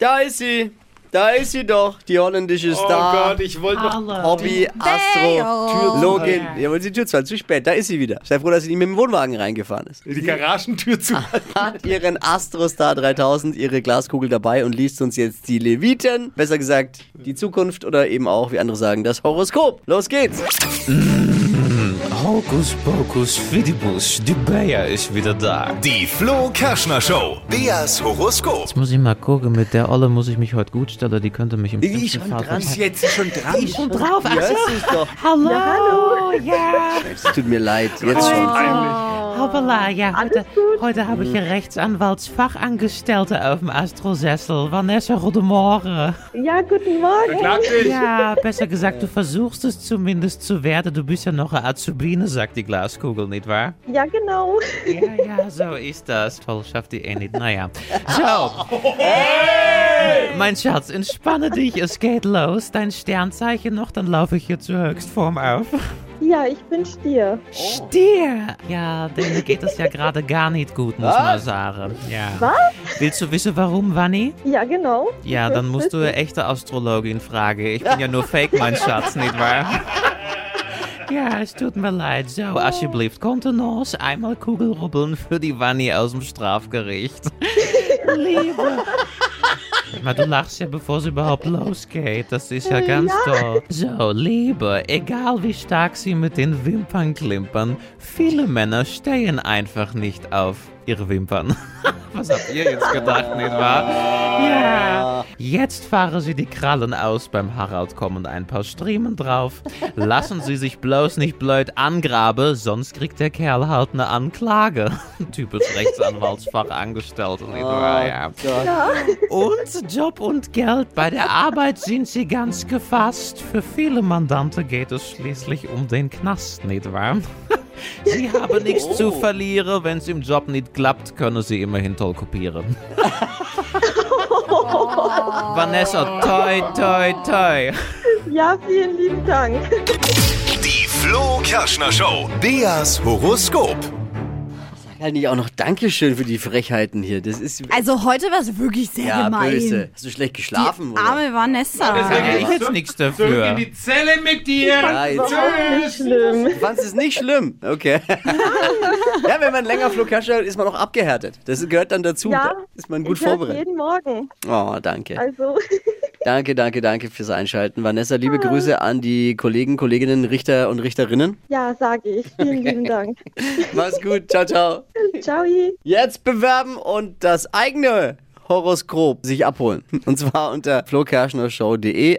Da ist sie. Da ist sie doch, die holländische Oh Star. Gott, ich wollte noch. Hobby, Astro, Theo. Login. Jawohl, sie Tür zu halten. Zu spät, da ist sie wieder. Sei froh, dass sie nicht mit dem Wohnwagen reingefahren ist. Die Garagentür zu. Ah. Hat ihren Astrostar 3000, ihre Glaskugel dabei und liest uns jetzt die Leviten. Besser gesagt, die Zukunft oder eben auch, wie andere sagen, das Horoskop. Los geht's. Hokus Pokus Fidibus, die Bayer ist wieder da. Die Flo Kerschner Show. Beas Horoskop. Muss ich mal gucken, mit der Olle muss ich mich heute gut stellen, die könnte mich im Ich schlimmsten schon Fall dran. verpacken. Jetzt schon dran. Schon drauf, ach Ja, so. es ist doch. Hallo, ja. Es tut mir leid, jetzt schon. Hoppala, ja. Heute, heute habe ich een Rechtsanwaltsfachangestellte auf dem Astrosessel. Vanessa, goedemorgen. Ja, guten Morgen. Klag dich. Ja, besser gesagt, du versuchst es zumindest zu dus werden. Du bist ja noch eine Azubine, sagt die Glaskugel, nicht wahr? Ja, genau. Ja, ja, so ist das. Toll, schafft die eh nicht. Naja. So. Mein Schatz, entspanne dich, es geht los. Dein Sternzeichen noch, dann laufe ich hier zur Höchstform auf. Ja, ich bin Stier. Stier! Ja, denen geht es ja gerade gar nicht gut, muss man sagen. Ja. Was? Willst du wissen, warum, Wanni? Ja, genau. Ja, dann musst du eine echte Astrologin fragen. Ich bin ja nur Fake, mein Schatz, nicht wahr? Ja, es tut mir leid. So, alsjeblieft, Kontenance, einmal Kugelrubbeln für die Wanni aus dem Strafgericht. Liebe. Maar du lachst ja, bevor es überhaupt losgeht. Das ist ja ganz toll. So, Liebe, egal wie stark sie mit den Wimpern klimpern, viele Männer stehen einfach nicht auf ihre Wimpern. Was habt ihr jetzt gedacht, nicht wahr? Ja. Jetzt fahren sie die Krallen aus. Beim Harald kommen ein paar Striemen drauf. Lassen sie sich bloß nicht blöd angraben, sonst kriegt der Kerl halt eine Anklage. Typisch Rechtsanwaltsfachangestellte, nicht wahr? Ja. Oh. Und Job und Geld. Bei der Arbeit sind sie ganz gefasst. Für viele Mandanten geht es schließlich um den Knast, nicht wahr? Sie haben nichts zu verlieren. Wenn es im Job nicht klappt, können sie immerhin toll kopieren. Vanessa, toi, toi, toi. Ja, vielen lieben Dank. Die Flo Kerschner Show. Beas Horoskop. Halt nicht auch noch Dankeschön für die Frechheiten hier. Das ist Also heute war es wirklich sehr ja gemein. böse. Hast du schlecht geschlafen? Die oder? arme Vanessa. Deswegen- Ich hätte nichts Zurück in dafür. die Zelle mit dir. Ja, jetzt Tschüss. Schlimm. Fandest es nicht schlimm? Okay. ja, wenn man länger Flo Kerschner hört, ist man auch abgehärtet. Das gehört dann dazu. Ja, Da ist man gut ich hör's vorbereitet. jeden Morgen. Oh, danke. Also, Danke, danke, danke fürs Einschalten. Vanessa, liebe Ah. Grüße an die Kollegen, Kolleginnen, Richter und Richterinnen. ja, sage ich. Vielen lieben Dank. Mach's gut. Ciao, ciao. Ciao. Jetzt bewerben und das eigene Horoskop sich abholen. Und zwar unter flokerschnershow.de.